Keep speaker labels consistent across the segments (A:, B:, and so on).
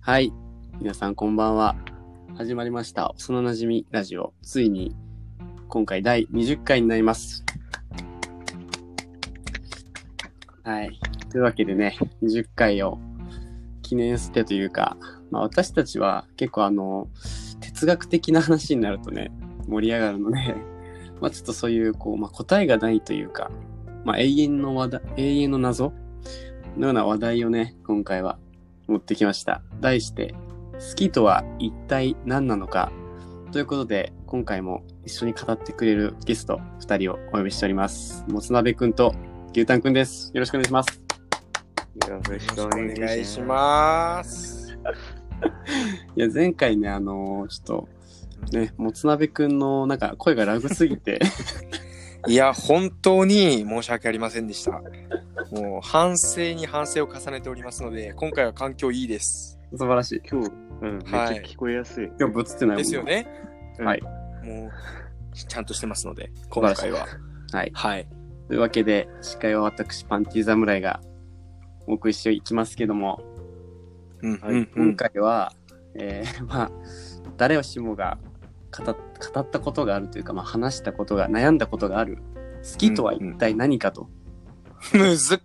A: はい。皆さんこんばんは。始まりました。幼なじみラジオ。ついに、今回第20回になります。はい。というわけでね、20回を記念してというか、まあ私たちは結構あの、哲学的な話になるとね、盛り上がるので、 まあちょっとそういう、こう、まあ答えがないというか、まあ永遠の話題、永遠の謎のような話題をね、今回は持ってきました。題して、好きとは一体何なのかということで、今回も一緒に語ってくれるゲスト2人をお呼びしております。もつ鍋くんと牛タンくんです。よろしくお願いします。
B: よろし
C: よろしくお願いします。
A: いや、前回ね、あのーちょっと、ね、もつ鍋くんのなんか声がラグすぎて、
C: いや、本当に申し訳ありませんでした。もう反省に反省を重ねておりますので、今回は環境いいです。
A: 素晴らしい。
B: 今日、うん、めっちゃ聞こえやすい。
A: 今日ぶつってないもん
C: ですよ。ね。
A: はい。
C: もう、ちゃんとしてますので、今回は。
A: はい。
C: はい。
A: というわけで、司会は私、パンティ侍がお送りしていきますけども、
C: うん、
B: はい
C: うん、う
A: 今
C: ん。
A: 回は、えーまあ誰しもが語っ語ったことがあるというか、まあ、話したことが悩んだことがある好きとは一体何かと、
C: 難 しい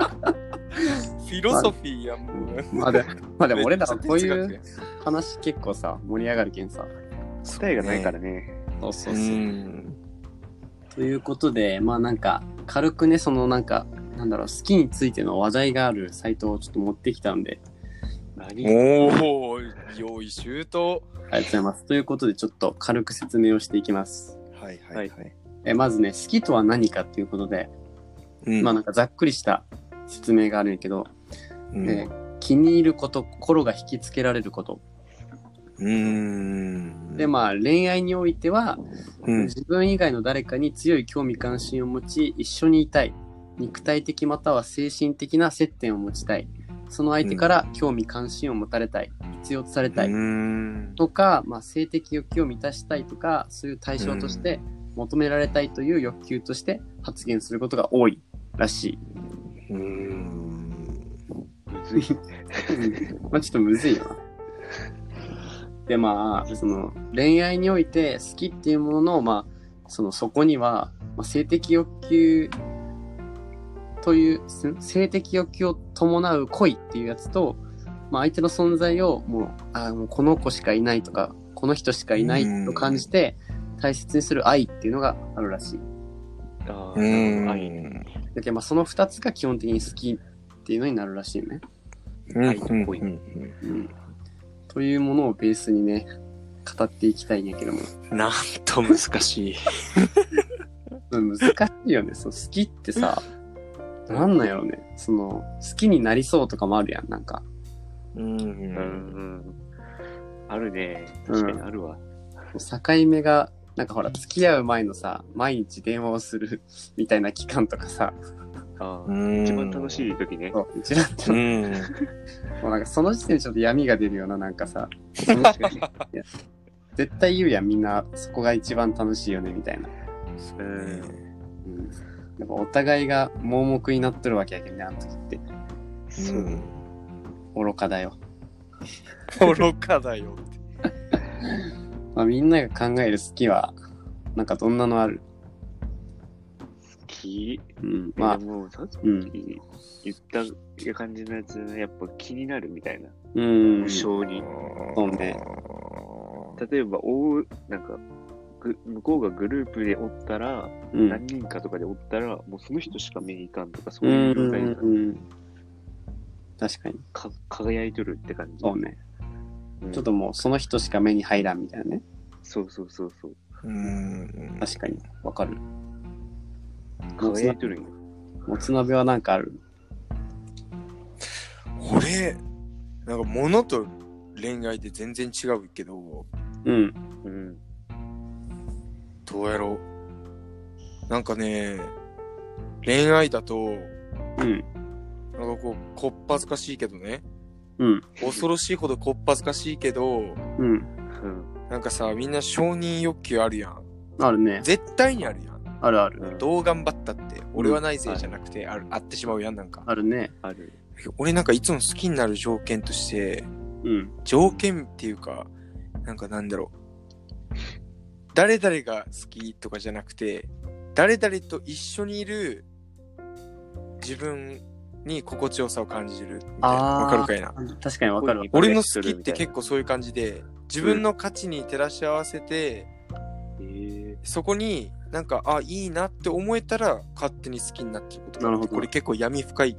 C: フィロソフィーやもう。
A: まあでまあでも俺らはこうい
C: めっちゃ哲学
A: う
C: や
A: 話結構さ盛り上がるけんさ
B: 答えがないからね。
A: そうそううそう、
C: ん。
A: ということでまあなんか軽くねそのなんかなんだろう好きについての話題があるサイトをちょっと持ってきたんで
B: 何
C: おー、用意周到。
A: ありがとうございますということでちょっと軽く説明をしていきます
C: はい、はい、はい。
A: えまずね好きとは何かということで、
C: うん
A: まあなんかざっくりした説明があるんやけど、
C: うん
A: えー気に入ること心が引きつけられること
C: うん。
A: でまあ恋愛においては、
C: うん、
A: 自分以外の誰かに強い興味関心を持ち一緒にいたい肉体的または精神的な接点を持ちたいその相手から興味関心を持たれたい必要とされたい、
C: うん。
A: とか、まあ、性的欲求を満たしたいとかそういう対象として求められたいという欲求として発言することが多いらしい。
C: うん。
B: むずい。
A: まあちょっとむずいよな。でまあその恋愛において好きっていうものの,、まあ、そのそこには、まあ、性的欲求というす性的欲求を伴う恋っていうやつと、まあ、相手の存在をもうあーもうこの子しかいないとかこの人しかいないと感じて大切にする愛っていうのがあるらしい。
B: あ
C: う
B: ー
C: ん。
B: 愛
A: だけどまあその2つが基本的に好きっていうのになるらしいね。
C: うん
B: 愛っぽい
A: うんというものをベースにね語っていきたいんやけども
C: なんと難しい。
A: 難しいよねその好きってさなんなんやろねその好きになりそうとかもあるやんなんか
C: う。
B: うんんうん。あるね。確かにあるわ。
A: 境目がなんかほら付き合う前のさ毎日電話をするみたいな期間とかさ
B: あ
C: うん
B: ー一番楽しい時ね。
A: そう一覧って
C: う
A: も
C: ん。
A: うなんかその時点でちょっと闇が出るようななんかさ
B: 確かに。
A: 絶対言うやんみんなそこが一番楽しいよねみたいな、
B: うん。
A: うん、やっぱお互いが盲目になっとるわけやけどねあの時って
B: そうう。
C: ん。
A: 愚かだよ
C: 愚かだよ。
A: まあ、みんなが考える好きは、なんかどんなのある
B: 好き。
A: うん。ま
B: ま
A: あ
B: あ、、もうさっき
A: うん。
B: 言った感じのやつ、やっぱ気になるみたいな。
A: うん。
B: 無性に。
A: そうね
B: 例えば、おう、なんか、ぐ向こうがグループでおったら、
A: うん。
B: 何人かとかでおったら、もうその人しか目にいかんとか、そううんいう
A: う
B: 状
A: ん
B: 態で
A: うん。確かに。
B: か輝いとるって感じ。
A: そうね。
B: うん
A: ちょっともうその人しか目に入らんみたいなね。
B: そうそうそうそう。
C: うん。
A: 確かに。わかる。もつ
B: 輝
A: ない
B: とるんよ。
A: もつ鍋はなんかある。
C: 俺、なんか物と恋愛で全然違うけど、
A: うん。
B: うん。
C: どうやろう。なんかね、恋愛だと、
A: うん。
C: なんかこう、こっぱずかしいけどね。
A: うん。
C: 恐ろしいほどこっぱずかしいけど、
A: うん。
B: うん。
C: なんかさ、みんな承認欲求あるやん。
A: あるね。
C: 絶対にあるやん。
A: あるある。
B: うん
C: どう頑張ったって、俺はないぜじゃなくて、あるあってしまうやんなんか。
A: あるね。
B: ある。
C: 俺なんかいつも好きになる条件として、
A: うん。
C: 条件っていうか、なんかなんだろう。誰々が好きとかじゃなくて、誰々と一緒にいる自分に心地よさを感じるみたい
A: あ
C: な。
A: ー
C: わかるかいな。
A: 確かにわかるわ。
C: 俺の好きって結構そういう感じで、自分の価値に照らし合わせて、
B: えー、
C: そこになんか、あ、いいなって思えたら勝手に好きになってることが
A: な
C: あって
A: るほど
C: これ結構闇深い。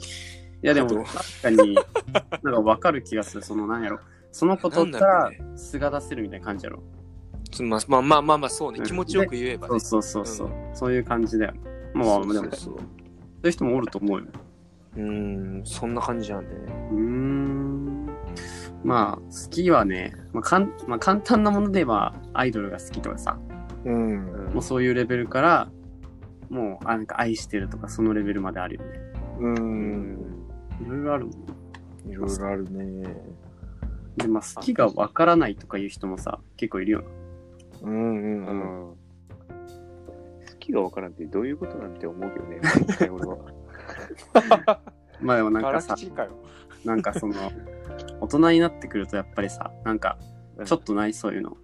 A: いやで
C: あと
A: も確かに、なんかわかる気がする。そのなんやろ。そのこと
C: な
A: か
C: んだろう
A: ら
C: ね
A: 素が出せるみたいな感じやろ。
C: つままあまあまあまあ、そうね。
A: うん
C: 気持ちよく言えば
A: そ
C: ね。
A: うそうそうそう。
C: う
A: そういう感じだよ。まあまあでも、そう
C: そうそう
A: いう人もおると思うよ。
C: うーん、そんな感じなんでね。
A: うーん。まあ、好きはね、まあかんまあ、簡単なもので言えば、アイドルが好きとかさ、
C: うん。
A: もうそういうレベルから、もう、あなんか愛してるとか、そのレベルまであるよね。
C: う。
B: うんん。
A: いろいろあるもん。
C: いろいろあるね。
A: で、まあ、好きがわからないとかいう人もさ、結構いるよな。
C: うん
B: う
C: うんうん。
B: ん。好きがわからんってどういうことなんて思うけどね、 毎回俺は。
A: まあでもなん
C: ガ
A: か
C: ラ
A: さ
C: ク、チかよ。
A: なんかそ の、大人になってくるとやっぱりさ、なんか、ちょっとないそういうの。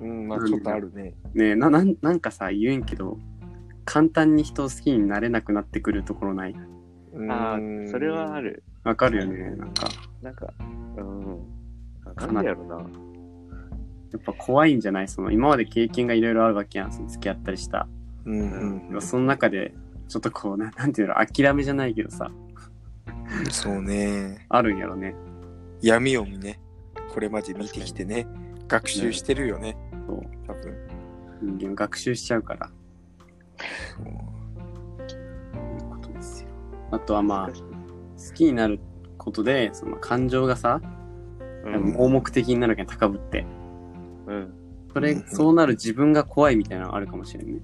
C: うん、まあちょっとあるね。
A: ねえななんなんかさ言えんけど簡単に人を好きになれなくなってくるところない
B: ああ
C: う、ん
B: それはあ。る。
A: わかるよねなんか
B: なんか、うん。なんでやろな。
A: やっぱ怖いんじゃないその今まで経験がいろいろあるわけやんその付き合ったりした、
C: うんうんうん。
A: その中でちょっとこうな なんていうの諦めじゃないけどさ
C: そうね。
A: あるんやろね
C: 闇を見ね。これまで見てきてね。学習してるよね。
A: そう
C: 多分。
A: 人間学習しちゃうから
C: そう
A: いうことですよあとはまあ
B: 難しい
A: 好きになることでその感情がさ、
B: うん
A: 盲目的になるわけん高ぶって
B: うん。
A: それ、
C: うんうん
A: そうなる自分が怖いみたいなのあるかもしれんね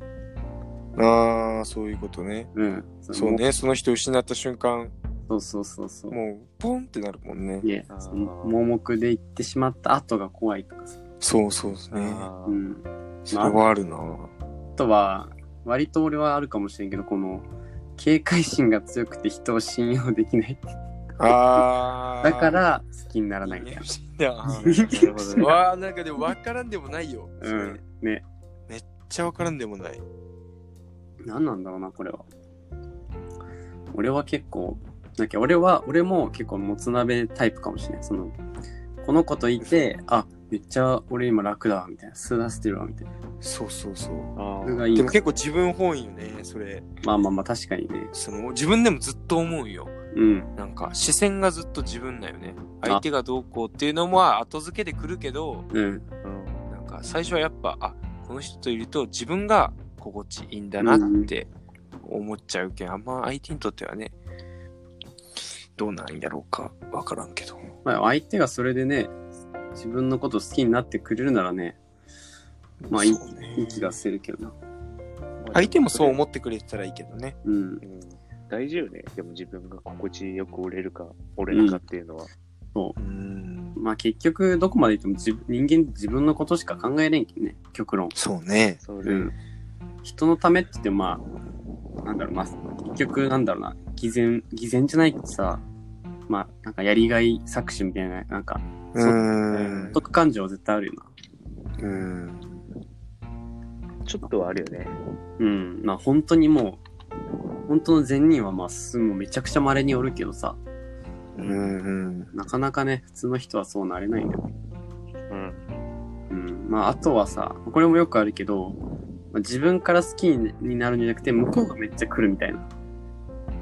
C: ああ、そういうことね。
A: うん
C: そうね。その人失った瞬間、
A: そうそうそうそう
C: もう、ポンってなるもんね。
A: ね
B: あー、
A: その盲目で行ってしまった後が怖いとかさ、
C: そうそうですね。
B: あ
A: う
B: ー
A: ん、
C: それはあるな。
A: あとは割と俺はあるかもしれんけどこの警戒心が強くて人を信用できない
C: ああ。
A: だか、ら好きにならないみたい
C: 人
A: な
C: 間不信だ。あー
B: なるほ どね。
C: わあなんかでも分からんでもないよ。
A: う
C: めっ
A: んね
C: ちゃ分からんでもない。
A: 何なんだろうなこれは俺は結構だっけ俺は俺も結構もつ鍋タイプかもしれないそのこの子といてあめっちゃ俺今楽だわみたいな素出してるわみたいな
C: そうそうそう。
B: あ
A: それが
B: ー
A: いい
C: でも結構自分本位よね、それ。
A: まあまあまあ確かにね
C: その自分でもずっと思うよ。
A: うん
C: なんか視線がずっと自分だよね。相手がどうこうっていうのも後付けで来るけど、
A: うん
B: うん
C: なんか最初はやっぱ、あこの人といると自分が心地いいんだなって思っちゃうけん、あんま相手にとってはね、どうなんやろうか分からんけど。
A: まあ相手がそれでね自分のこと好きになってくれるならねまあいい
C: そうね
A: いい気がするけどな
C: 相手もそう思ってくれてたらいいけどね。
A: うん
B: うん大事よね。でも自分が心地よく折れるか、折れるかっていうのは。
C: うん。
A: まあ結局どこまでいっても自分人間自分のことしか考えれんけんね極論
C: そうね。
B: そうれ
A: ん人のためって言ってもまあなんだろうまあ結局なんだろうな偽善偽善じゃないけどさまあなんかやりがい搾取みたいななんか
C: う
A: 不
C: ん。
A: 得感情は絶対あるよな
C: うん。
B: ちょっとはあるよね。
A: うんまあ本当にもう本当の善人はまあすもうめちゃくちゃ稀におるけどさ
C: うん。
A: なかなかね普通の人はそうなれないんだよ
B: うん。
A: うん、まああとはさこれもよくあるけどまあ自分から好きになるんじゃなくて向こうがめっちゃ来るみたいな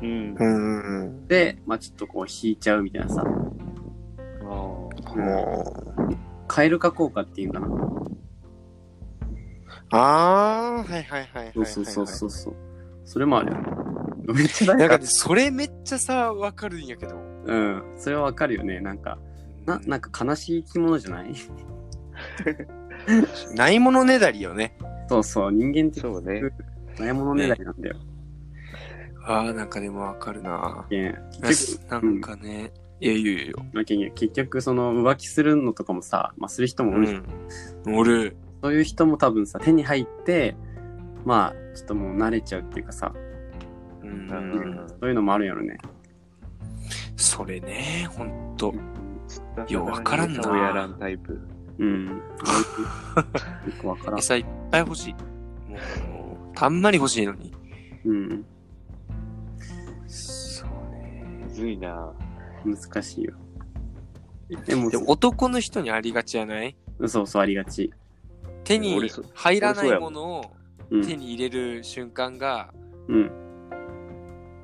B: うん。
C: うん。うん。
A: で、まあ、ちょっとこう引いちゃうみたいなさ
B: あ
C: も
A: 蛙化効果っていうかな、
C: う。ああ、はいはいはいはいはい。
A: そうそうそうそうそうそれもあるよねめっちゃ
C: な
A: 誰
C: んか
A: か
C: ね、それめっちゃさ、わかるんやけど。
A: うんそれはわかるよねなんかななん
C: か、
A: か悲しい生き物じゃない
C: ないものねだりよね。
A: そうそう人間っ
B: あ。
A: て
B: そうね。
A: ないものねだりなんだよ、
C: ああ、なんかでもわかるな。
A: ね、結
C: ななんかね。いやいやいやいや。
A: 局結局その浮気するのとかもさ、まあ、する人も多いじゃん
C: うん。俺、
A: そういう人も多分さ、手に入って、まあ、ちょっともう慣れちゃうっていうかさ、
C: う
B: うん
C: ん。
A: そういうのもあるんやろね。
C: それね、ほんと。
B: よ
C: ようわからんな
B: をやらんタイプ。
A: うん。よくわからん。
C: 餌いっぱい欲しい。もう、たんまり欲しいのに。
A: うん。
C: そうね。
B: むずいな。
A: 難しいよ。でも
C: で、男の人にありがちやない
A: そうそう、ありがち。
C: 手に
B: 俺そ
C: 入らな
B: 俺そう
C: い
B: やも
C: ものを
A: う
C: 手
A: ん。
C: に入れる瞬間が
A: うん。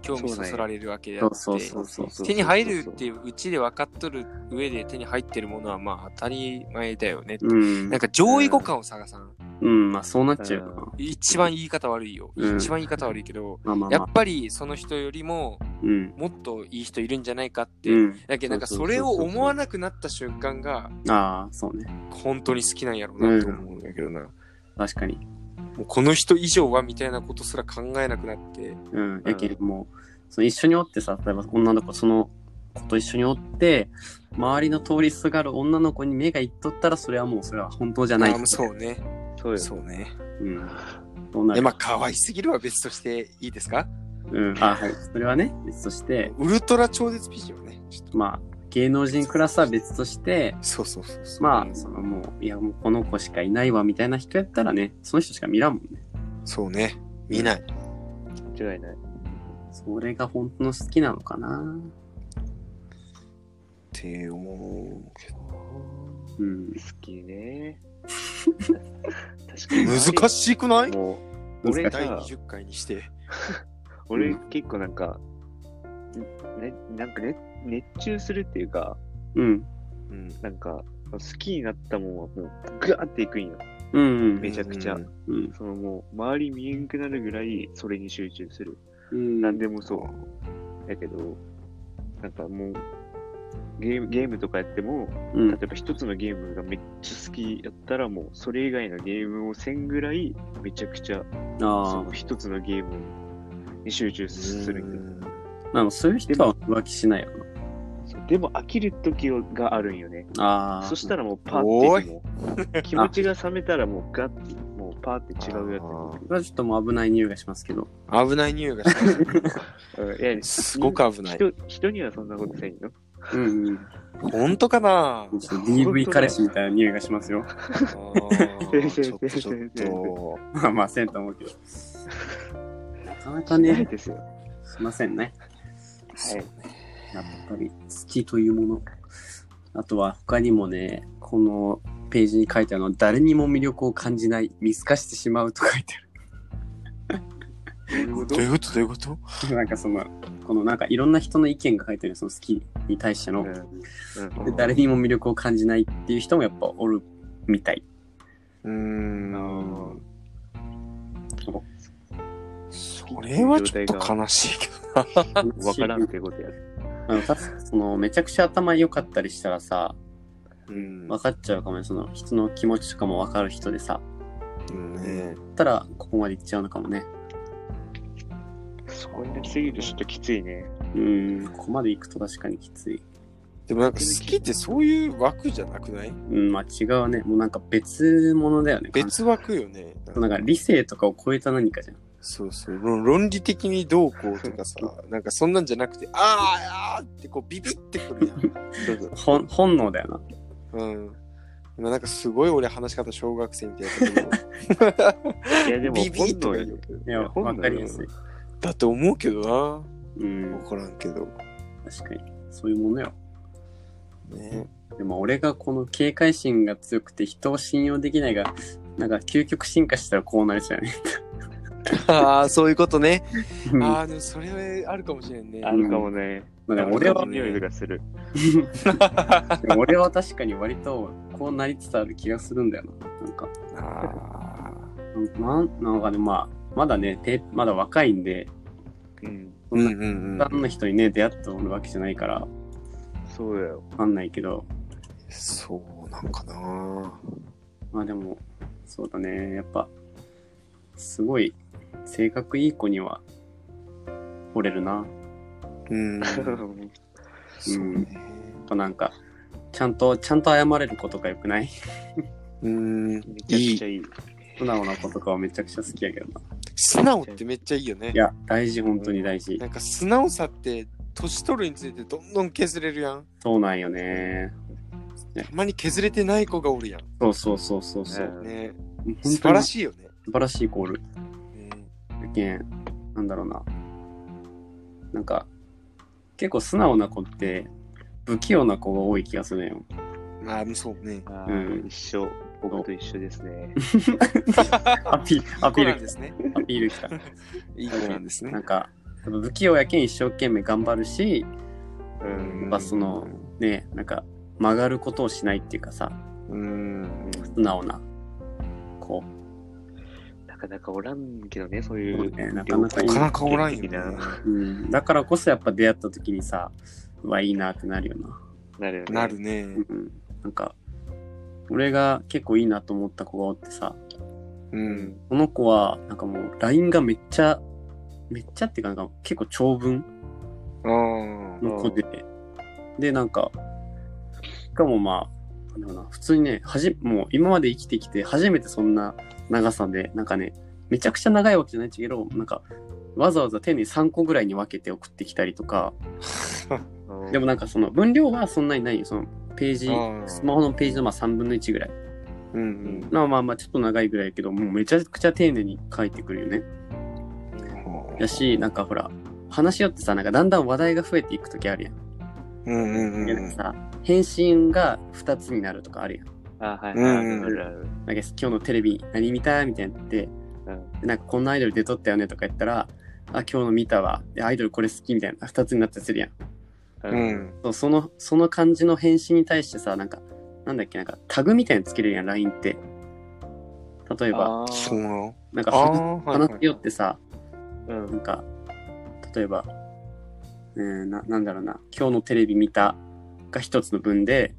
C: 興味そそられるわけであ
A: そ
C: っ
A: うそう
C: て
A: そうそう。
C: 手に入るっていううちで分かっとる上で手に入ってるものはまあ当たり前だよね、
A: うん
C: なん。か上位互換を探さん
A: うん、まあそうなっちゃうよな。
C: 一番言い方悪いよ、
A: うん
C: 一番言い方悪いけど
A: まあまあ
C: や
A: ま
C: っぱりその人よりも
A: あ。うん。
C: もっといい人いるんじゃないかって、
A: うん。
C: だけどなんかそれを思わなくなった瞬間が
A: ああ、そうね。
C: 本当に好きなんやろうなと思うんだけどな、
A: 確かに。
C: もうこの人以上はみたいなことすら考えなくなって
A: うん。やけん、もう、その一緒におってさ、例えば女の子、その子と一緒におって、周りの通りすがる女の子に目がいっとったら、それはもう、それは本当じゃない。
C: あーそうね
B: そうよ。
C: そうね
A: うん。そうな
C: え
A: る。
C: まあ可愛すぎるは別としていいですか
A: うん。あはい。それはね、別として、
C: ウルトラ超絶美人はねちょっと
A: まあ、芸能人クラスは別として、
C: そうそうそうそう
A: まあ、そのもう、いや、もうこの子しかいないわ、みたいな人やったらね、その人しか見らんもんね。
C: そうね見ない
B: 間違いない。
A: それが本当の好きなのかな。
C: って思うけど
A: うん。
B: 好きね。確
C: 難しくない
B: もう、俺
A: 難し
B: さ
C: 第20回にして
B: 俺結構なんか、ね、なんかね、熱中するっていうか、
A: うん。
C: うん
B: なんか、好きになったもんはもう、ぐわっていくんよ。
A: うんうん。
B: めちゃくちゃ。
C: うん
A: うん。
B: そのもう、周り見えんくなるぐらい、それに集中する。
A: うん
B: なんでもそう。だけど、なんかもう、ゲームゲームとかやっても、
A: う
B: 例
A: ん。
B: えば一つのゲームがめっちゃ好きやったら、もうそれ以外のゲームをせんぐらい、めちゃくちゃそ
A: あ
B: の一つのゲームに集中するん
A: あ。
B: よ
A: まあ、そういう人は浮気しないよ
B: そうでも飽きる時があるんよね。
A: な。ああ。
B: そしたたらもうパーってもう気持ちが冷めたらもうガッて、もうパーって違うやつに
A: ら、ちょっともう危ない匂いがしますけど。
C: 危ない匂いがし
B: うん。い
C: ま
B: や、
C: すすごく危ない
B: 人人にはそんなことせんよ。
A: うんうん。
C: 本当かなあ
A: ちょっと DV 彼氏みたいな匂いがしますよ。
C: ーちょっとちょっと
A: まあまあ、せんと思うけど。なかなか
B: ない
A: ね、
B: ですよ。は
A: しませんね。
B: い。
A: やっぱり好きというもの。あとは他にもね、このページに書いてあるのは、誰にも魅力を感じない、見透かしてしまうと書いて
B: どういうこと
C: どういうことどういうこと
A: ある。なん かその、このなんかいろんな人の意見が書いてある、その好きに対しての。
B: うん
A: で誰にも魅力を感じないっていう人もやっぱおるみたい。
C: うーんそれはちょっと悲しいけ
B: うんわからんってことや。
A: あの確かそのめちゃくちゃ頭良かったりしたらさ、
C: ど。うん
A: 分かっちゃうかもね、その人の気持ちとかも分かる人でさ、
C: ね
A: だったらここまでいっちゃうのかもね。
B: そこになりすぎるとちょっときついね。
A: うん、ここまで行くと確かにきつい。
C: でもなんか好きってそういう枠じゃなくない
A: うん、まあ違うね。もうなんか別物だよね。
C: 別枠よね。
A: なんか理性とかを超えた何かじゃん。
C: そうそう。論論理的にどうこうとかさ、なんかそんなんじゃなくて、あーあーってこうビビってくるやん。
B: そうそう。
A: 本本能だよな。
C: うん。今なんかすごい俺話し方小学生みたいな。
B: いや、でも
C: ビビ
B: 本
C: ッと
B: 能
C: か
B: よ
C: 言うけど
A: いや、
B: 本能
A: わかりやすい。
C: だって思うけど
A: う
C: な。わ
A: ん、
C: からんけど。
A: 確かに。そういうものよ。
C: ね。
A: でも俺がこの警戒心が強くて人を信用できないが、なんか究極進化したらこうなりそうやね。
C: ああ、そういうことね。
A: うん
C: ああ、でもそれあるかもしれんね。
B: あるかもね。
A: まあでも
B: 俺
A: 俺
B: は
A: は、
B: 匂いがする。
A: でも俺は確かに割とこうなりつつある気がするんだよな。なんか、
C: あ
A: なんなんかね、まあ、まだね、てまだ若いんで、
B: うん。
C: ーうんうんう
A: たくさん
C: ん。
A: の人にね、出会っておるわけじゃないから、わ
B: そうだよ。
A: かんないけど、
C: そうなんかな。
A: まあでも、そうだね、やっぱ、すごい、性格いい子には、惚れるな。
C: うん。そうね。
A: あとなんか、ちゃんと、ちゃんと謝れる子とかよくない
C: うん。
B: めちゃくちゃいい。
A: 素直な子とかはめちゃくちゃ好きやけどな。
C: 素直ってめっちゃいいよね
A: い。や、大事、本当に大事
C: な。んか素直さって年取るについてどんどん削れるやん。
A: そうなんよね。
C: たまに削れてない子がおるやん。
A: そうそうそうそうそう。
C: ね、
A: 本当に
C: 素晴らしいよね。
A: 素晴らしいコール。
C: うん
A: やけん、なんだろうな。なんか、結構素直な子って、不器用な子が多い気がするんよ。
C: まあ、そうね。
B: あ
A: うん
B: ー一緒、僕と一緒ですね。
A: アピア
C: ア
A: ピ
C: ピ
A: ール
C: ールで
A: 来
C: すね。
A: た。アピール来た。
C: いい子なんですね
A: なん。か、やっぱ不器用やけん一生懸命頑張るし、
B: うん。
A: やっぱその、ね、なんか、曲がることをしないっていうかさ、
C: うん。
A: 素直な子。
B: なかなかおらんけどね、そうい
A: そう
B: う。
A: ねなかなかいい
C: なかなかおらんよ、
B: 的
C: ね。
B: な。
A: うん。だからこそやっぱ出会った時にさ、うわ、いいなってなるよな。
B: なるよね。
C: なるね。
A: うん。なんか、俺が結構いいなと思った子がおってさ、
C: う。
B: うんん。
A: この子は、なんかもう、LINE がめっちゃ、めっちゃっていうか、なんか結構長文
C: ああ。
A: の子で、で、なんか、しかもまあ、なんだろうな、普通にね、はじ、もう今まで生きてきて、初めてそんな長さで、なんかね、めちゃくちゃ長いわけじゃないんだけど、なんか、わざわざ丁寧に3個ぐらいに分けて送ってきたりとか、でもなんかその分量はそんなにないよ、そのページ
C: あ、ー
A: スマホのページのまあ3分の1ぐらい。
C: うん
B: うん
A: まあまあまあちょっと長いぐらいやけど、もうめちゃくちゃ丁寧に書いてくるよね。
C: うん。
A: やし、なんかほら、話し合ってさ、なんかだんだん話題が増えていくときあるやん。
C: うんうんうん
A: で
C: う
A: なん
C: ん。
A: かさ、返信が2つになるとかあるやん。
B: あ、はい。
C: うん
B: あるある
A: なんか今日のテレビ何見たみたいになって、
B: ある。
A: でなんかこんなアイドル出とったよねとか言ったら、あ、今日の見たわ。でアイドルこれ好きみたいな2つになったりするやん。
B: う。
C: うんん。
A: そうその、その感じの返信に対してさ、なんか、なんだっけ、なんかタグみたいにつけれるやん、LINE って。例えば、
B: あー
C: そうなの
A: なんか
C: ああ
A: 話、
C: はいはい
A: 話しよってさ、
B: うん
A: なんか、例えば、えーな、なんだろうな、今日のテレビ見たが一つの文で、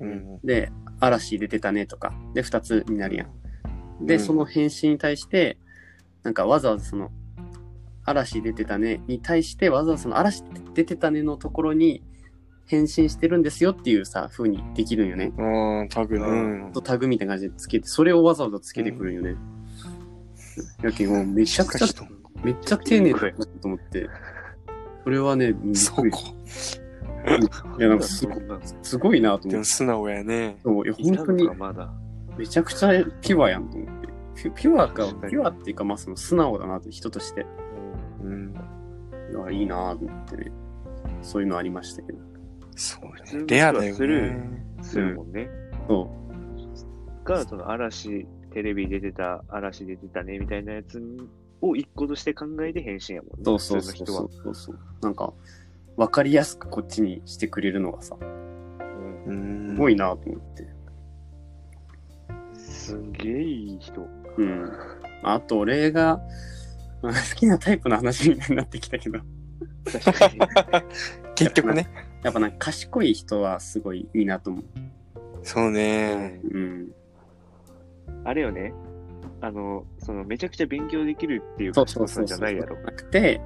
C: うん。
A: で、嵐出てたねとか、で、二つになるやん。で、
C: うん
A: その返信に対して、なんかわざわざその、嵐出てたねに対して、わざわざその嵐出てたねのところに返信してるんですよっていうさ、風にできるんよね。
C: ああ、タグね。うん
A: とタグみたいな感じでつけて、それをわざわざつけてくるんよね。やけんもうめちゃくちゃ、めっちゃ丁寧だなと思って。それはね、びっくり
C: そこ。
A: いや、なんかすご
B: んな。
A: すごいなと思
C: で
A: っ
C: も
A: て。
C: 素直やね。
A: そういや本当に
B: まだ。
A: めちゃくちゃピュアやんと思って。ピュピュアか、
B: 確かに
A: ピュアっていうか、まあその素直だなって人として。
C: うん。
A: いや、いいなと思ってね。そういうのありましたけど。
C: そうね。レアだよ
B: する
C: ね。
B: するもんね。
A: そ
B: が、その嵐、テレビ出てた、嵐出てたね、みたいなやつを一個として考えて返信やもんね。
A: う、そうそう
B: 普
A: そ
B: 通
A: うそ
B: の人は
A: う。そうそう。なんか、わかりやすくこっちにしてくれるのがさ、
B: うん
C: うん
A: すごいなと思って。
B: すげえい い人。
A: うん。あと、俺が、 まあ好きなタイプの話みたいになってきたけど、
B: 確かに。
C: 結局ね。
A: やっぱなんか賢い人はすごいいいなと思う。
C: そうね。
A: うん。
B: あれよね。あの、その、めちゃくちゃ勉強できるっていう
A: そうそうそ
B: 賢
A: う。
B: さじゃないやろ。
A: なくて、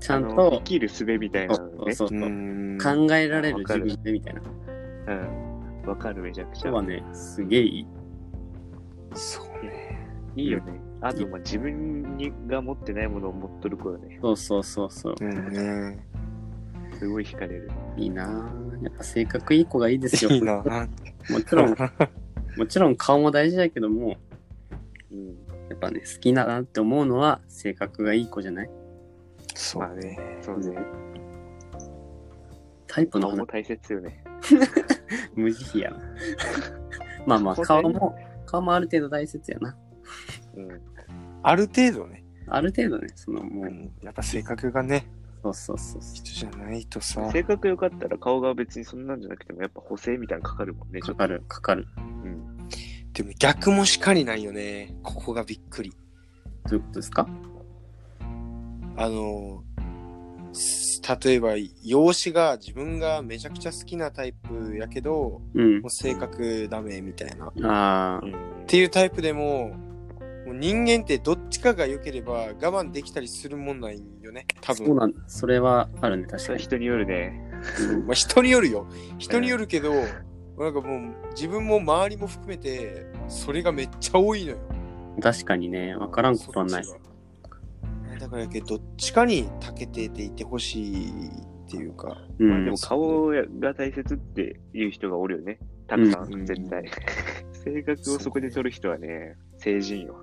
A: ちゃん
B: あの
A: と
B: 生、きる術みたい
A: そ
B: なの
A: う
B: ね。
A: そうそうう、
C: ん。
A: 考えられる自分でみたいな
B: うん。わかる、めちゃくち
A: 人
B: ゃ。
A: はね、すげえいい。
C: そうね。
B: いいよね。あと、まあ、自分にが持ってないものを持っとる子よね。
A: そうそうそうそう。
C: うんね。
B: すごい惹かれる。
A: いいなぁ。やっぱ性格いい子がいいですよ。
C: いいな。
A: もちろん、もちろん顔も大事だけども、
B: うん。
A: やっぱね、好きだなって思うのは性格がいい子じゃない
C: そうね。
B: そうね。
A: タイプの話
B: 顔も大切よね。
A: 無慈悲やな。 まあまあ、顔も、顔もある程度大切やな。
B: うん。
C: ある程度ね。
A: ある程度ね、そのも
C: う
A: う、
C: んやっぱ性格がね、
A: そうそうそうそ
C: 人じゃないとさ。
B: 性格良かったら顔が別にそんなんじゃなくてもやっぱ補正みたいなのかかるもんね。
A: う。かかる、かかる。
B: うん。
C: でも逆もしかりないよね。ここがびっくり。
A: どういうことですか
C: あの、す例えば、容姿が自分がめちゃくちゃ好きなタイプやけど、
A: うん
C: もう。性格ダメみたいな。っ
A: ああ、
C: ていうタイプでも、もう人間ってどっちかが良ければ我慢できたりするもんないよね。多
A: そう
C: 分。
A: なんそれはあるね、確
B: そ
A: か
B: れ
A: に。
B: 人によるね。
C: まあ、人によるよ。人によるけど、なんかもう自分も周りも含めて、それがめっちゃ多いのよ。
A: 確かにね、わからんことはない
C: そ。っちがだからやけど、どっちかに長けてていてほしいっていうか。
A: う
B: まあで
A: ん
B: も。顔が大切っていう人がおるよね。たくさん、
C: うん
B: 絶 対。性格をそこで取る人はね、成人よ。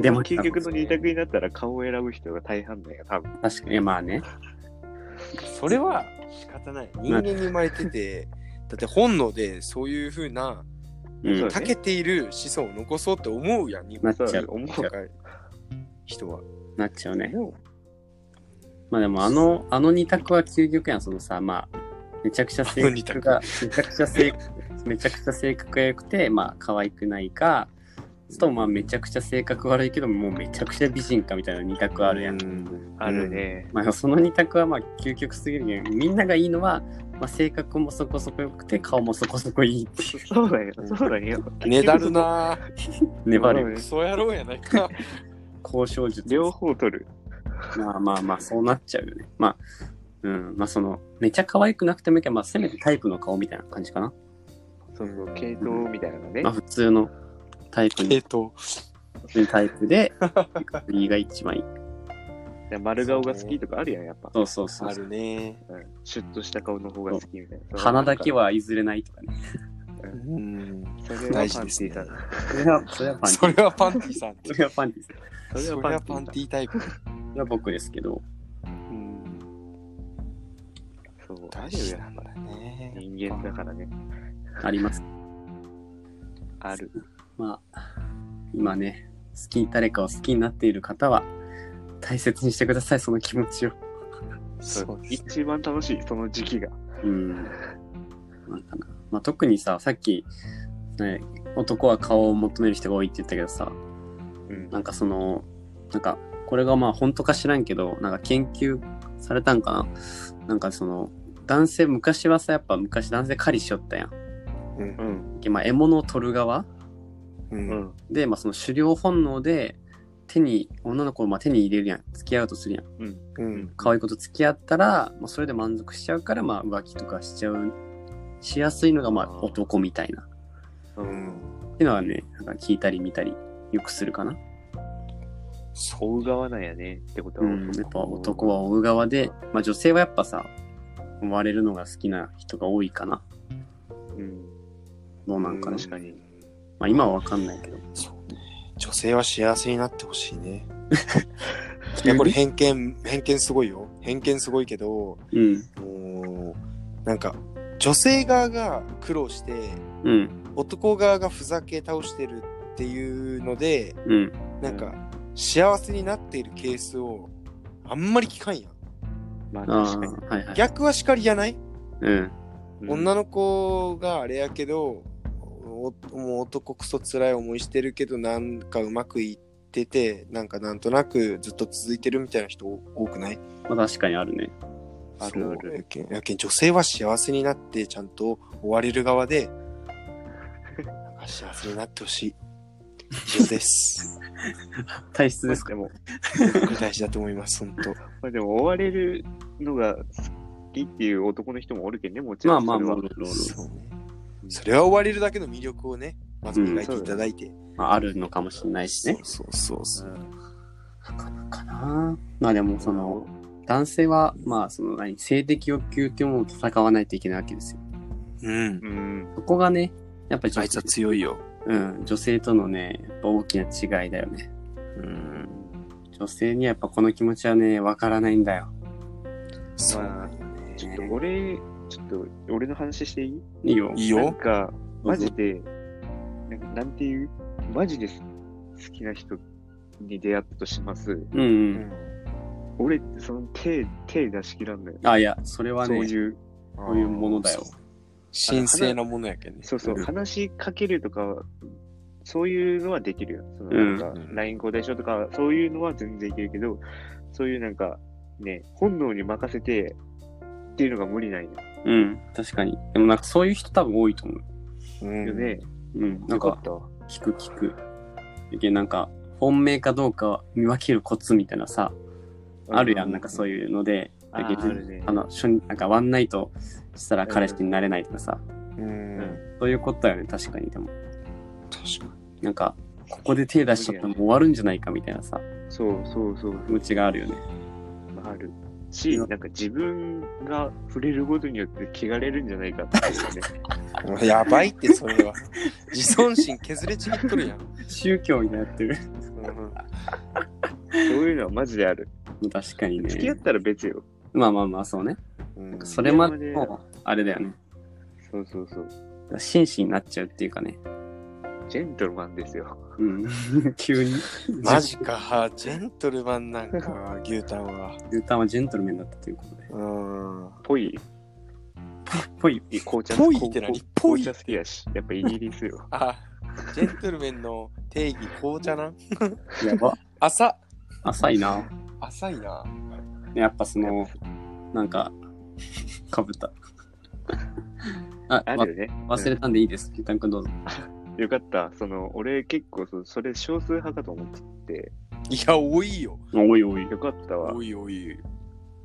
A: でも
B: 究極の二択になったら顔を選ぶ人が大半だよ、多分。
A: 確かに、まあね。
C: それは仕方ない。人間に生まれてて、だって本能でそういうふうな、
A: う
B: そ
A: ん
B: う。だ
C: 長
B: ね
C: けている子孫を残そうって 思うやん、日
A: な
C: 本
A: っちゃう。
B: 思う
C: 社会人は。
A: なっちゃうね。
B: も
A: まあでもあの、あの二択は究極やん、そのさ、まあ、めちゃくちゃ性格が、めちゃくちゃ性格、めちゃくちゃ性格が良くて、まあ可愛くないか、ちょっとまあめちゃくちゃ性格悪いけど、もうめちゃくちゃ美人かみたいな二択あるやん。
C: ん
B: ある。ね。
A: まあその二択はまあ究極すぎるやん。みんながいいのは、まあ性格もそこそこ良くて、顔もそこそこいいってい
B: そうだよ、そうだよ。
C: ねだる なぁ。
A: う、粘
B: う
A: る
B: ん
C: クソ野郎やないか。
A: 交渉術。
B: 両方取る。
A: まあまあまあ、そうなっちゃうよね。まあ、うん、まあその、めちゃ可愛くなくてもいいけど、まあせめてタイプの顔みたいな感じかな。
B: その系統みたいなのね
A: まあ、。普通のタイプ
C: え
A: に
C: っ、と、
A: 普通のタイプで、いが一番いい。
B: で丸顔が好きとかあるやん、やっぱ。
A: そうそうそ
C: あ
A: う。
C: るね。
B: うんシュッとした顔の方が好きみたいな。
A: 鼻だけ。は譲れないとかね。
C: うん。
B: それはパン
C: 大
B: テ
C: 事
B: ィ
C: ですね
B: ーさん。
A: それは、それはパンティー。
C: それはパンティさん。
A: それはパンティーです。
C: そ
B: それ
C: れは
B: はパ
C: パ
B: ン
C: ン
B: テ
C: テ
B: ィー
C: ィタイプ。
A: それは僕ですけど。
C: うん。
B: さん。そう、あ
C: 大
B: る
C: 事
B: よ、
C: な
B: やっ
C: ん
B: ぱ
C: だ。ね。
B: 人間だからね。
A: あります。
B: ある。
A: まあ、今ね、好き、誰かを好きになっている方は、大切にしてください、その気持ちを。
C: そうですね。
B: 一番楽しい、その時期が。
A: うん。なんかな。まあ、特にさ、さっき、ね、男は顔を求める人が多いって言ったけどさ、
B: うん
A: なんかその、なんか、これがまあ本当か知らんけど、なんか研究されたんかななんかその、男性、昔はさ、やっぱ昔男性狩りしよったやん。
C: うん。
B: うん。
A: でまあ獲物を取る側
C: うん。う
B: う
C: ん
B: ん。
A: で、まあその狩猟本能で、手に、女の子をまあ手に入れるやん。付き合うとするやん。
C: うん。
A: 可愛い子と付き合ったら、まあ、それで満足しちゃうから、まあ浮気とかしちゃう、しやすいのがまあ
B: あー
A: 男みたいな。
B: う。
C: うんん。
A: っていうのはね、なんか聞いたり見たり、よくするかな。
B: 追う側なんやねってことは、
A: うん、やっぱ男は追う側で、まあ、女性はやっぱさ追われるのが好きな人が多いかな
B: うん、
A: どうなんかな、
B: 確かに。
A: まあ、今はわかんないけど
C: そうね。女性は幸せになってほしいね。いや、これ偏見、偏見すごいよ。偏見すごいけど、
A: うん
C: もう、なんか、女性側が苦労して、
A: うん
C: 男側がふざけ倒してるっていうので、
A: うん
C: なんか、幸せになっているケースを、あんまり聞かんやん。
B: まあ
A: ああ
B: 確かに。
A: はいはい
C: 逆は叱りじゃない
A: うん
C: 女の子があれやけど、おもう男くそ辛い思いしてるけどなんかうまくいっててなんかなんとなくずっと続いてるみたいな人多くない
A: まあ確かにあるね
B: あるある
C: そうやけんやけん女性は幸せになってちゃんと追われる側でなんか幸せになってほしい以上です
A: 体質ですか
B: でも、
C: これ大事だと思います本当
B: まあ、でも追われるのが好きっていう男の人もおるけんね、もち
A: ま
B: ろ
A: あ
B: ん。
A: まあまあ
B: それは
C: そうねそれは追われるだけの魅力をねまず磨いていただいて、
A: まあ、あるのかもしれないしね
C: そうそうそうそう
A: かなまあでもその男性はまあその何性的欲求っていうものと戦わないといけないわけですよ
C: うん
B: うん。
A: そこがねやっぱり
C: あ
A: 女
C: いつ
A: 性,、
C: は強いよ
A: うん、女性とのねやっぱ大きな違いだよね
C: うん
A: 女性にはやっぱこの気持ちはね、わからないんだよ。
C: そう
B: まあ
C: なんよね。
B: ちょっと俺、ちょっと俺の話していい
A: いいよ。
C: いい
B: な
C: よ
B: ん。か、マジ
A: ど
B: で、なんかなんていうマジです好きな人に出会ったとします。
A: うぞ。うん、
C: う
A: うん。
C: ん
B: 俺、その手、手出し切らんだよ。
A: あ、いや、それは
B: そう
A: ね、そう
B: いう、
A: いうものだよ。
C: 神聖なものやけんね。
B: そうそう、
A: うん
B: 話しかけるとか、そういうのはできるよ。その
A: うん
B: なんか、LINE 交代しようとか、そういうのは全然いけるけど、そういうなんか、ね、本能に任せてっていうのが無理ないよ。
A: うん、確かに。でもなんかそういう人多分多いと思う。
C: うん
B: よね。
A: うん、なん
B: よ
A: か
B: っ、たわ
A: 聞く聞く。いけなんか、本命かどうか見分けるコツみたいなさ、あるやん、なんかそういうので、
B: あーあるね
A: あの、初になんかワンナイトしたら彼氏になれないとかさ、
C: うん
B: ん。
A: そういうことだよね、確かに。でも、
C: 確か
A: なんか、ここで手出しちゃったらもう終わるんじゃないかみたいなさ、
B: そうそうそう
A: 気持ちがあるよね。
B: あるし、なんか自分が触れることによって汚れるんじゃないかっていうね。
C: やばいって、それは。自尊心削れちぎっとるやん。
A: 宗教になってる。
B: そういうのはマジである。
A: 確かに
B: 付き合っ
A: ね。
B: たら別よ。
A: まあまあまあ、そうね。
C: うんうん
A: それまでも、あれだよね。
B: そうそうそう。
A: 紳士になっちゃうっていうかね。
B: ジェントルマンですよ。
A: うん。 急に。
C: マジか、ジェントルマンなんか、牛タンは。
A: 牛タンはジェントルメンだったということで。
C: うん。
B: ぽい。
A: ぽい。
B: 紅茶
C: ぽいって何ぽい
B: 紅茶好きやし。やっぱイギリスよ。
C: あ、ジェントルメンの定義、紅茶なん
A: やば。
C: 浅
A: 浅いな。
C: 浅いな。
A: やっぱその、なんか、かぶった。あ、
B: あ
A: わ
B: るよね。
A: 忘れたんでいいです。牛タンくんどうぞ。
B: うんよかった。その、俺結構そ、それ少数派かと思って
C: いや、多いよ。
A: おいおい
B: て。。よかったわ。
C: 多い多い。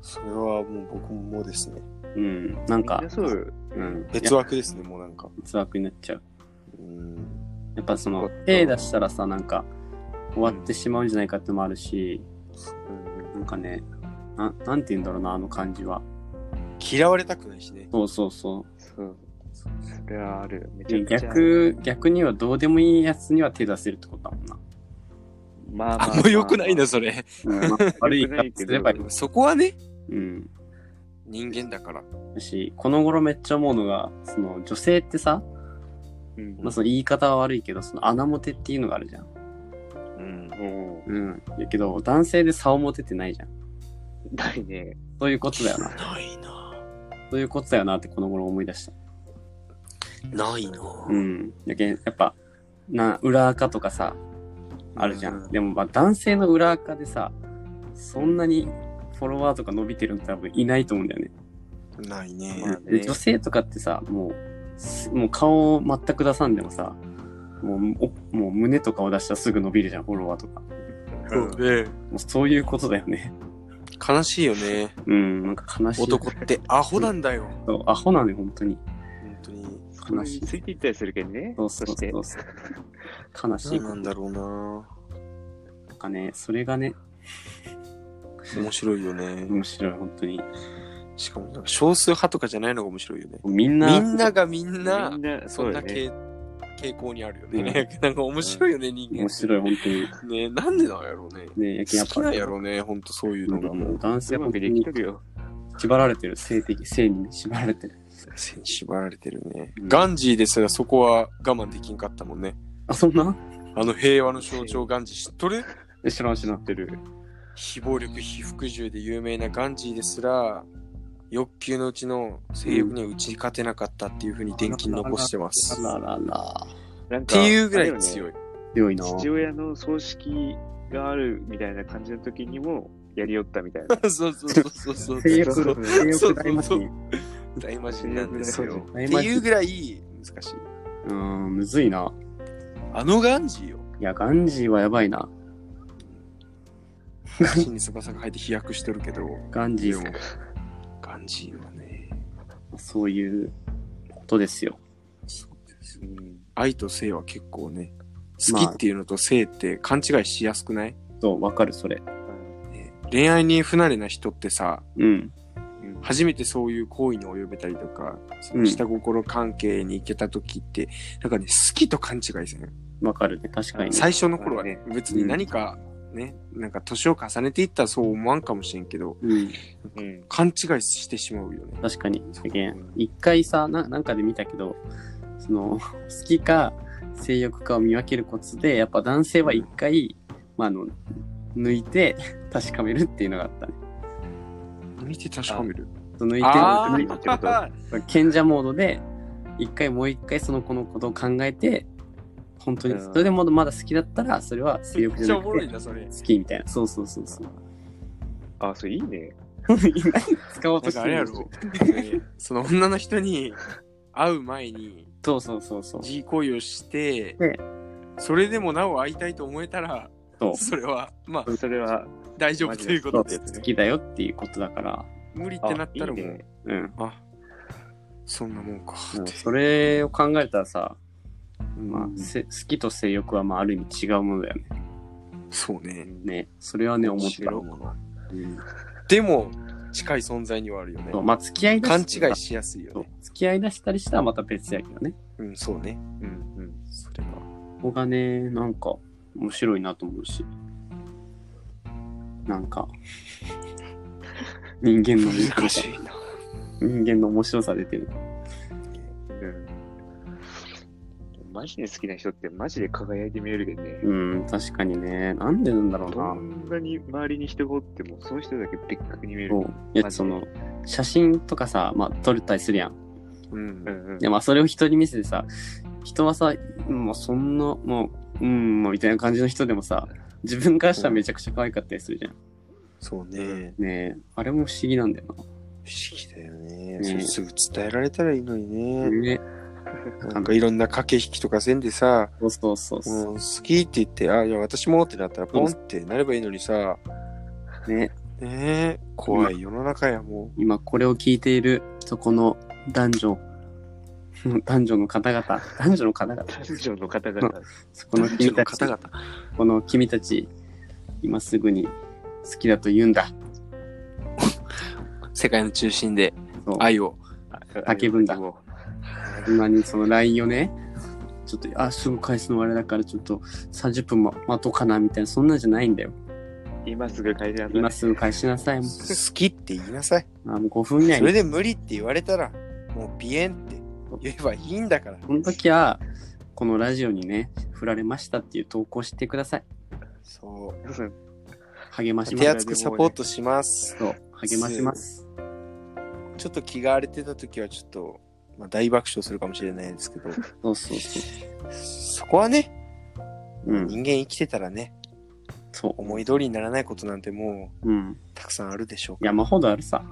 C: それはもう僕もですね。
A: うん。なんか
B: みん、そうよ。
A: うん。
C: 別枠ですね、もうなんか。
A: 別枠になっちゃう。
C: うん。
A: やっぱそ
B: そ
A: の
B: う
A: 手出したらさなんか終わってしまうんじゃないかってのもあるし、
B: うん
A: なんかねななんて言うんだろうなあの感じは
C: 嫌われたくないしね。
A: そうそうそ
B: そう。それはある。めちゃ
A: う
B: くちゃ。
A: 逆逆にはどうでもいいやつには手出せるってことだもんな、
B: まあまあ、
C: あんま良くないな、それ。
A: うん まあ悪いからすればいい
B: 良く
C: そこはね、
A: うん
C: 人間だから。
A: だしこの頃めっちゃ思うのがその女性ってさ、
B: うん
A: まあ、その言い方は悪いけどその穴モテっていうのがあるじゃん
C: うん。
B: う
A: う
B: ん。
A: んだけど男性で差をモテてないじゃん
B: ないね。
A: そういうことだよな
C: ないな。
A: そういうことだよなってこの頃思い出した
C: ないな。
A: うん。だけんやっぱ、な、裏垢とかさ、あるじゃん。
C: うん
A: でも、まあ、男性の裏垢でさ、そんなにフォロワーとか伸びてるの多分いないと思うんだよね。
C: ないね。
B: まあ
A: で
B: ね
A: 女性とかってさ、もうす、もう顔を全く出さんでもさ、もうおもう胸とかを出したらすぐ伸びるじゃん、フォロワーとか。も
C: そうね
A: うそういうことだよね。
C: 悲しいよね。
A: うん、なんか悲しい。
C: 男ってアホなんだよ。
A: そうアホなのよ、本当に。
C: 本当に。
A: 悲しい
B: ついていったりするけどね。
A: そうそう
B: そして
A: そ。うそう。悲しい
C: 何なんだろうな。
A: とかね、それがね、
C: 面白いよね。
A: 面白い、本当に。
C: しかもなんか少数派とかじゃないのが面白いよね。
A: みんな、
C: みんながみんな
B: みん、な、
C: そ
B: そうんだ
C: な
B: ね。
C: 傾傾向にあるよね。なんか面白いよね、人間。
A: 面白い、本当に。
C: ねなんでなんやろうね。
A: ね、やけんや
C: 好
A: っ
C: き
A: ぱ
C: なんやろうね、ほんとそういう
A: な
C: の
A: んか
C: が。
A: もう男性
B: う
A: 本
B: ま
A: 当
B: くでき
A: に
B: とるよ。
A: 縛られてる性的性に縛られてる
C: 縛られてるね。
A: うん
C: ガンジーですらそこは我慢できんかったもんね。
A: あそんな
C: あの平和の象徴ガンジー知っとる
A: え知らん知らん
B: てる。
C: 非暴力、非服従で有名なガンジーですら、欲求のうちの性欲には打ち勝てなかったっていうふうに伝記に残してます。っ
A: あららら
B: なんか、
C: ていうぐらい
B: い。
C: 強い。
A: 強いな
B: 父親の葬式があるみたいな感じの時にも、やりよったみたい な。
C: そうそうそうそう
A: 性
C: そう
A: 欲
C: そう。
A: 性
C: そう
A: 欲大魔神
C: 大魔神なんです
B: そう
C: よ。
A: 大
C: っ
A: 魔
C: て
A: 神
C: いう
A: う
C: ぐらい難しい。
A: ーんむずいな
C: あのガンジ ーよ。
A: いやガンジーはやばいな
C: 足に翼が入って飛躍してるけど、
A: ガンジーも
C: ガンジーはね、
A: そういうことですよ
B: うん
C: 愛と性は結構ね、好きっていうのと性って勘違いしやすくない、
A: そうわかるそれ
C: ね恋愛に不慣れな人ってさ、
A: うん
C: 初めてそういう行為に及べたりとか、そうの
A: ん
C: 下心関係に行けた時って、なんかね、好きと勘違いする。
A: わかるね確かにね
C: 最初の頃はね、別に何かね、なんか年を重ねていったらそう思わんかもしれんけど、
A: うん
B: うん。
C: 勘違いしてしまうよね。
A: 確かにやけん一回さななんかで見たけどその好きか性欲かを見分けるコツでやっぱ男性は一回、まあ、あの抜いて確かめるっていうのがあったね
C: 見て確かめる。
A: その抜いて
C: あ
A: 抜い
B: ってこと
C: ー
A: て賢者モードで一回もう一回その子のことを考えて本当に
B: うん
A: それでもまだ好きだったらそれは性
C: めっ
A: 欲
C: ち
A: じ
C: ゃ
A: ゃ
C: お
A: な
C: も
A: く
C: ろい
A: て
C: な、それ。
A: 好きみたいなそうそう そうそう
B: あ、それいいね。
A: 使おう
C: な
A: と
C: ん
A: してる
C: かあれやろ、ねその女の人に会う前に
A: そうそうそうそう
C: G 行為をして
A: ね、
C: それでもなお会いたいと思えたら、
A: そう
C: それは、まあ、
B: それは、
C: 大丈夫というこ
A: そ
C: と
A: う
C: で、
A: 好きだよっていうことだから
C: 無理ってなったらも
B: あいいうね、
A: うん
C: あ、そんなもんか
A: もう
C: って。
A: それを考えたらさまあ、せ好きと性欲はまあある意味違うものだよね。
C: そうね。
A: ねそれはね、思った。
B: もの。
C: でも、近い存在にはあるよね
A: そう。まあ、付き合いだ
C: 勘違いしやすいよ
A: そう
C: ね。
A: 付き合いだしたりしたらまた別やけどね。
C: うん、そうね。
B: うんうん。
C: それは。
A: ここがね、なんか面白いなと思うし。なんか、人間の
C: 難しいな。
A: 人間の面白さ出てる。
B: うんマジで好きな人ってマジで輝いて見えるけどね。
A: うん、確かにね。なんでなんだろう
B: ど
A: な。
B: んなに周りに人がおっても、その人だけ別格に見える
A: そ。う。いや、その、写真とかさ、まあ、撮れたりするやん。
C: うん
B: う。んうん
A: で、まあ、それを人に見せてさ、人はさ、もうそんな、もう、うん、もうみたいな感じの人でもさ、自分からしたらめちゃくちゃ可愛かったりするじゃん。
C: そうね。
B: うん
A: ねえ、あれも不思議なんだよ
C: 不思議だよね。
A: ね
C: それすぐ伝えられたらいいのに
A: な。
C: ね。
A: ね
C: なんかいろんな駆け引きとかせんでさ、
A: そうそうそうそ
C: もう好きって言って、あ、いや、私もってなったら、ポンってなればいいのにさ、
A: う。ね
C: ねえ、怖い世の中や、も。
A: 今これを聞いている、そこの男女、 男女の方々、男女の方々、
B: 男女の方々。
A: そうこの君た
C: 方
A: ち、
C: 々。
A: この君たち、今すぐに好きだと言うんだ。
C: 世界の中心で
A: そう
C: 愛を。
A: 叫ぶんだ
B: あの
A: 今にその LINE をね、ちょっと、あ、すぐ返すのあれだから、ちょっと30分も待とうかな、みたいな、そんなんじゃないんだよ。
B: 今すぐ書いてなさい
A: 今すぐ返しなさい。も
C: 好きって言いなさい。
A: うあもう5分以内
C: それ
A: に。
C: で無理って言われたら、もうピエンって言えばいいんだから。
A: その時は、このラジオにね、振られましたっていう投稿してください。
C: そう。
B: うん
A: 励ましま
C: 手
A: す。
C: 厚くサポートします。
A: そう、励まします。
C: ちょっと気が荒れてた時は、ちょっと、まあ、大爆笑するかもしれないですけど、
A: そうそうそ
C: そこはね、
A: う。うん、
C: 人間生きてたらね、
A: そ
C: 思い通りにならないことなんてもう
A: う。うん。
C: たくさんあるでしょうから。
A: 山ほどあるさ。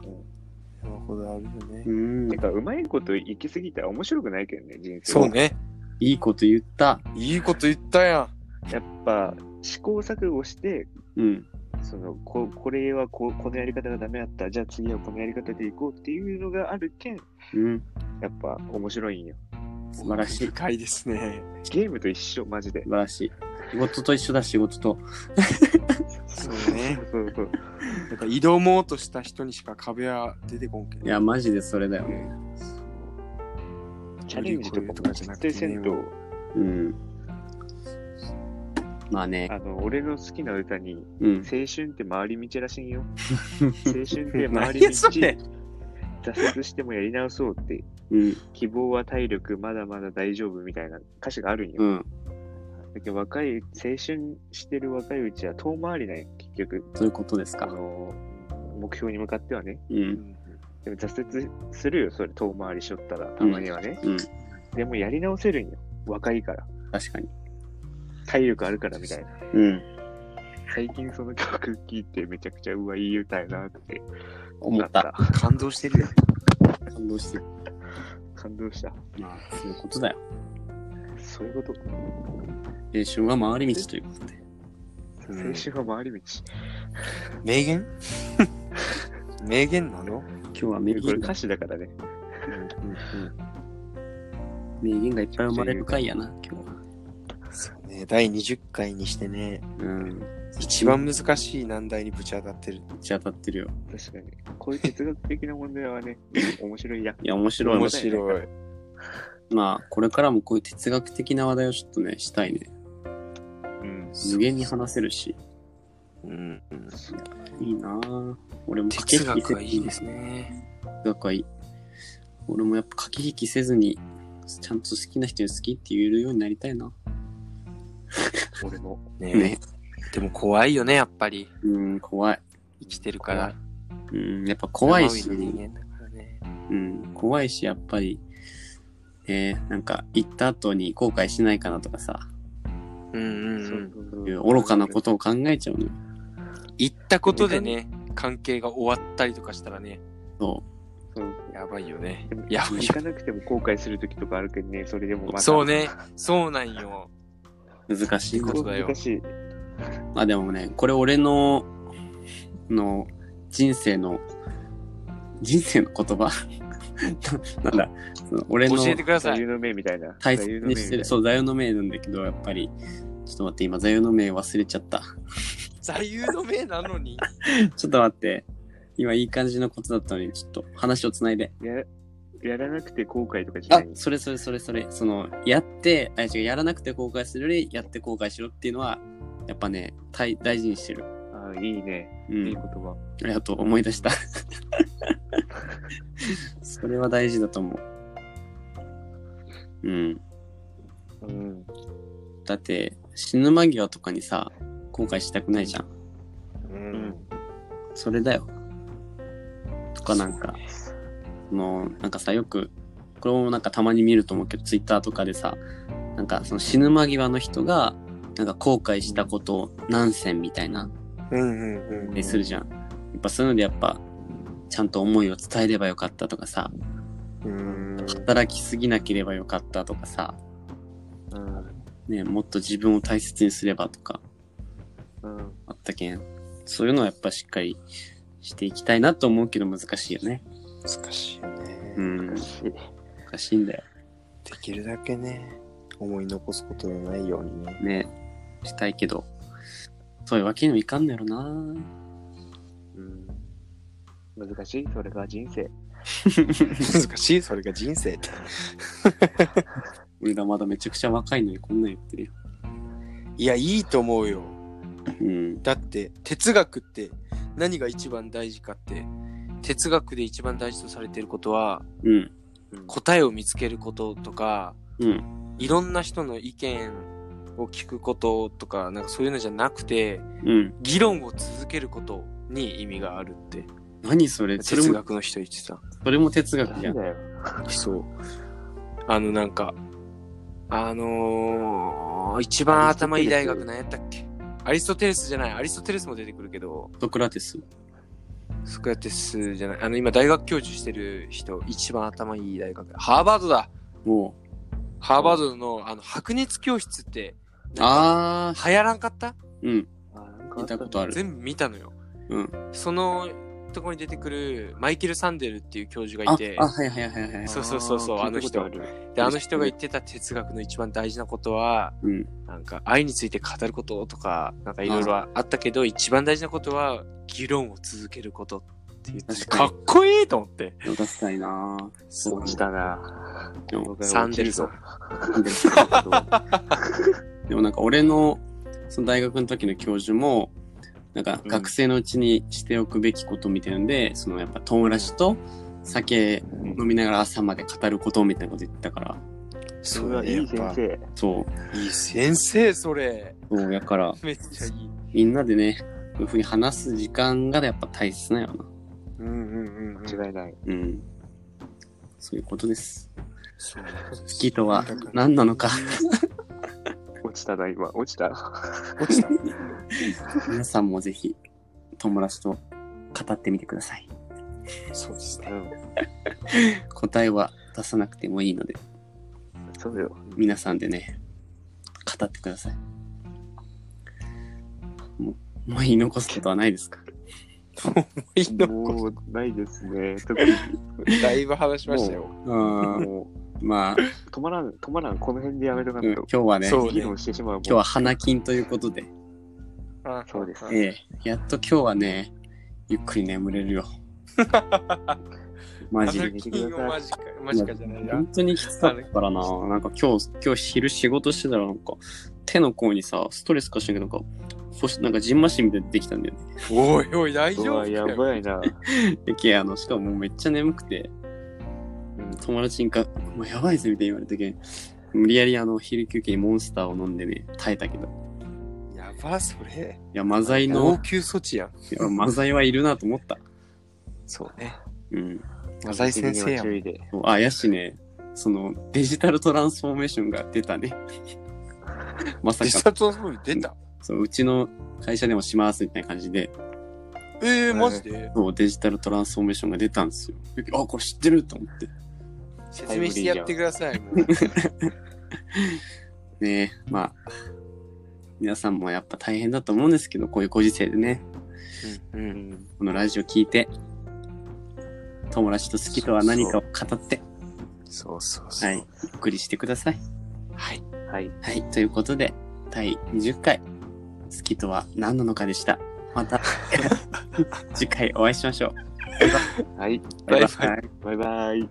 C: 山ほどあるよね
A: う。ん
B: て。か、うまいこと行き過ぎたら面白くないけどね、人生。
C: そう。ね。
A: いいこと言った。
C: いいこと言ったやん。
B: やっぱ、試行錯誤して、
A: うん。
B: そのここれはこうこのやり方がダメだった、じゃあ次はこのやり方でいこうっていうのがあるけん、
A: うん。
B: やっぱ面白いんよ。
A: 素晴らしい。
C: 深いですね。
B: ゲームと一緒、マジで
A: 素。晴らしい。仕事と一緒だ、仕事と。
C: そうね。
B: そうそう。
C: やっぱ挑もうとした人にしか壁は出てこんけど。
A: いや、マジでそれだよね。
B: チャレンジとかも絶対せんと、
A: うん。まあね。
B: あの、俺の好きな歌に、
A: うん
B: 青。春って回り道らしいん よ。青春って回
C: 何
B: り
C: や
B: 道
C: それ。
B: 挫折してもやり直そうって、
A: うん。
B: 希望は体力、まだまだ大丈夫みたいな歌詞があるんよ。
A: うん。
B: だけど若い、青春してる若いうちは遠回りなんよ、結局。
A: そういうことです
B: あ
A: か。
B: の、目標に向かってはね。
A: うん。
B: でも挫折するよ、それ遠回りしよったら、たまにはね。
A: うん。
B: でもやり直せるんよ、若いから。
A: 確かに。
B: 体力あるからみたいな。
A: うん。
B: 最近その曲聴いてめちゃくちゃうわ、いい歌やなって
A: 思った。。
C: 感動してるよ。
A: 感動してる。
B: 感動した。
A: まあ、そういうことだよ。
B: そういうこと。
A: 青春は回り道ということで。
C: うん
B: 青春は回り道。
C: 名言 名言なの
A: 今日は名
B: これ
A: 言が
B: 歌、詞だからね。
A: 名言がいっぱい生まれる回やな、今日は。
C: そうね、第20回にしてね、
A: うん。
C: 一番難しい難題にぶち当たってる。
A: ぶち当たってるよ。
B: 確かに。こういう哲学的な問題はね、面白いや。
A: いや、面白い。
C: 面白い。
A: まあ、これからもこういう哲学的な話題をちょっとね、したいね。
B: うん。
A: 無限に話せるし。
C: うん、
A: いいなぁ。俺も駆
C: 哲
A: け引き
C: 学
A: せ
C: はいいですね。
A: 哲学はいい。俺もやっぱ駆け引きせずに、ちゃんと好きな人に好きって言えるようになりたいな。
B: 俺も。
C: ね
A: ね
C: でも怖いよね、やっぱり。
A: うん、怖い。
C: 生きてるから。
A: うん、やっぱ怖いし、
C: 生身の人間だからね。
A: うん、怖いし、やっぱり、ね、なんか行った後に後悔しないかなとかさ、
C: うんうん。
B: そううんそう
A: い
B: そう
A: う愚かなことを考えちゃうのよ。
C: 行ったことでね、関係が終わったりとかしたらね、
A: そ
B: そう
C: やばいよね
B: でも。
C: やばい
B: 行
C: よ
B: か。なくても後悔するときとかあるけどね、それでもまた。
C: そう。ね、そうなんよ。
A: う、難しいこと。
C: ことだよ
B: 難しい。
A: まあでもね、これ俺の、の、人生の、人生の言葉 なんだ、その俺の
C: 教えてくだ
B: 座
C: さい
B: 右。の銘みたいな。
A: 大切にしてる、
B: 座
A: そう、座右の銘なんだけど、やっぱり、ちょっと待って、今、座右の銘忘れちゃった。
C: 座右の銘なのに。
A: ちょっと待って、今、いい感じのことだったのに、ちょっと話をつないで。
B: 右の銘ややらなくて後悔とかじゃ
A: あ
B: ない、
A: それそれそれそれ、その、やって、あ、違う、やらなくて後悔するより、やって後悔しろっていうのは、やっぱね、大大事にしてる。
B: あいいね。
A: う
B: いい言
A: ん、
B: 葉。
A: ありがとう、思い出した。それは大事だと思う。うん。
B: うん。
A: だって、死ぬ間際とかにさ、後悔したくないじゃん。
C: う。
B: うんん。
A: それだよ。とかなんか、その、なんかさ、よく、これもなんかたまに見ると思うけど、ツイッターとかでさ、なんかその死ぬ間際の人が、なんか後悔したことを何選みたいな、
C: うんうんうん。
A: にするじゃん。やっぱそういうのでやっぱ、ちゃんと思いを伝えればよかったとかさ、
C: うん。
A: 働きすぎなければよかったとかさ、
B: うん。
A: ね、もっと自分を大切にすればとか、
B: うん。
A: あったけん。そういうのはやっぱしっかりしていきたいなと思うけど難しいよね。
C: 難しいよね。
A: うん。難しいんだよ。
C: できるだけね、思い残すことのないようにね。
A: ね、したいけど、そういうわけにもいかんのやろな。
B: うん難しい、それが人生。
C: 難しい、それが人生って。
A: 俺らまだめちゃくちゃ若いのにこんなん言ってるよ。
C: いや、いいと思うよ。
A: うん。
C: だって、哲学って何が一番大事かって、哲学で一番大事とされていることは、
A: うん。
C: 答えを見つけることとか、
A: うん。
C: いろんな人の意見を聞くこととか、なんかそういうのじゃなくて、
A: うん。
C: 議論を続けることに意味があるって、
A: 何それそれ
C: 哲
A: も、
C: 学の人言ってた。
A: それも哲学じ
B: な
A: ゃん。
B: んだよ。
C: そう。あの、なんか、あのー、一番頭いい大学何やったっけアリストテレスじゃない、アリストテレスも出てくるけど、
A: ソクラテス。
C: スクラテスじゃない、あの、今大学教授してる人、一番頭いい大学、ハーバードだ
A: もう。
C: ハーバードの、あの、白熱教室って、なんか
A: あ
C: 流行らんかった
A: ー。うん。
B: あなんかあ
A: 見
B: った
A: たことある。
C: 全部見たのよ。
A: うん。
C: そのとこに出てくる、マイケル・サンデルっていう教授が
A: あ
C: いて、、
A: あ、はいはいはいはいはい。
C: そうそうそうそう
B: ー
C: あの人
B: 聞いたことある
C: で、あの人が言ってた哲学の一番大事なことは、
A: うん。
C: なんか愛について語ることとか、なんかいろいろあったけど、一番大事なことは議論を続けることって言ってて
A: 確か
C: か
A: に
C: っこいいと思って。
A: 出したいな
C: そ
B: 落ちたな。
A: でも
B: 僕は
C: サンデル
B: 落
C: さん
B: ち。るぞ
A: でもなんか俺の、その大学の時の教授も、なんか
B: うん
A: 学生のうちにしておくべきことみたいなんで、そのやっぱ友達と酒飲みながら朝まで語ることみたいなこと言ってたから、
B: それはいい先
C: やっ
B: 生。
A: そ
C: ぱいい先生、それ。
A: う、そう、やから、
C: めっちゃいい。
A: みんなでね、こういうふうに話す時間がやっぱ大切なんやろな。
C: うんうんうん。
B: 間違いない。
A: うん。そういうことです。
C: そう
A: 好きとは何なのか、
B: 落ちたな、今。落ちた。
C: 落ちた。
A: 皆さんもぜひ、友達と語ってみてください。
C: そうですね。
B: うん。
A: 答えは出さなくてもいいので、
B: そうよ。
A: 皆さんでね、語ってください。もう、もう言い残すことはないですか
C: いいの
B: もう、ないですね。特に、
C: だいぶ話しましたよ。
A: うん。
B: も
A: まあ、
B: う、止まらん、止まらん、この辺でやめとか
A: うん
B: ん
A: 今
B: と。
A: 日はね、
C: そう
A: 今
C: ね
B: 議論してしまう。今
A: 日は。花金ということで、
C: あ
B: そうです
A: ええ、やっと今日はね、ゆっくり眠れるよ。マジ
B: あ
A: で
B: の。
C: 金をマジか、マジかじゃないや。
A: 本当にきつかったからな。なんか今日、今日昼仕事してたらなんか、手の甲にさ、ストレスかしらんけど、なんか、星、なんかジンマシンみたいに出てきたんだよね。
C: おいおい、大
B: う
C: 丈夫
B: わ、
C: か
B: や
C: よ
B: ばいな。
A: で、けあの、しかももうめっちゃ眠くて、
B: うん
A: 友達にか、もうやばいぜみたいに言われたけん、無理やりあの、昼休憩にモンスターを飲んでね、耐えたけど。
C: やば、それ。
A: いや、マザイ
C: 応
A: の、
C: 急措置やん。
A: いやマザイはいるなと思った。
C: そうね。
A: うん。
C: 浅井先生やもん
B: 注意で。
A: そうあ、やしね、その、デジタルトランスフォーメーションが出たね。 まさ
C: デ
A: か
C: ジタルトランスフォーム出た。
A: そう、うちの会社でもしますみたいな感じで、
C: ええー、マジで
A: そう、デジタルトランスフォーメーションが出たんですよ。あ、これ知ってると思って。
C: 説明してやってください。 もう
A: ねえ、まあ、皆さんもやっぱ大変だと思うんですけど、こういうご時世でね、
C: うんう。
B: うんん。
A: このラジオ聞いて、友達と好きとは何かを語って、
C: そうそうそう。
A: はい、ゆっくりしてください。
C: はい。
B: はい。
A: はい、ということで、第20回、好きとは何なのかでした。ま た、次回お会いしましょう。
B: はい。
A: バイ
C: バイ
A: バイ。
B: バイバイ。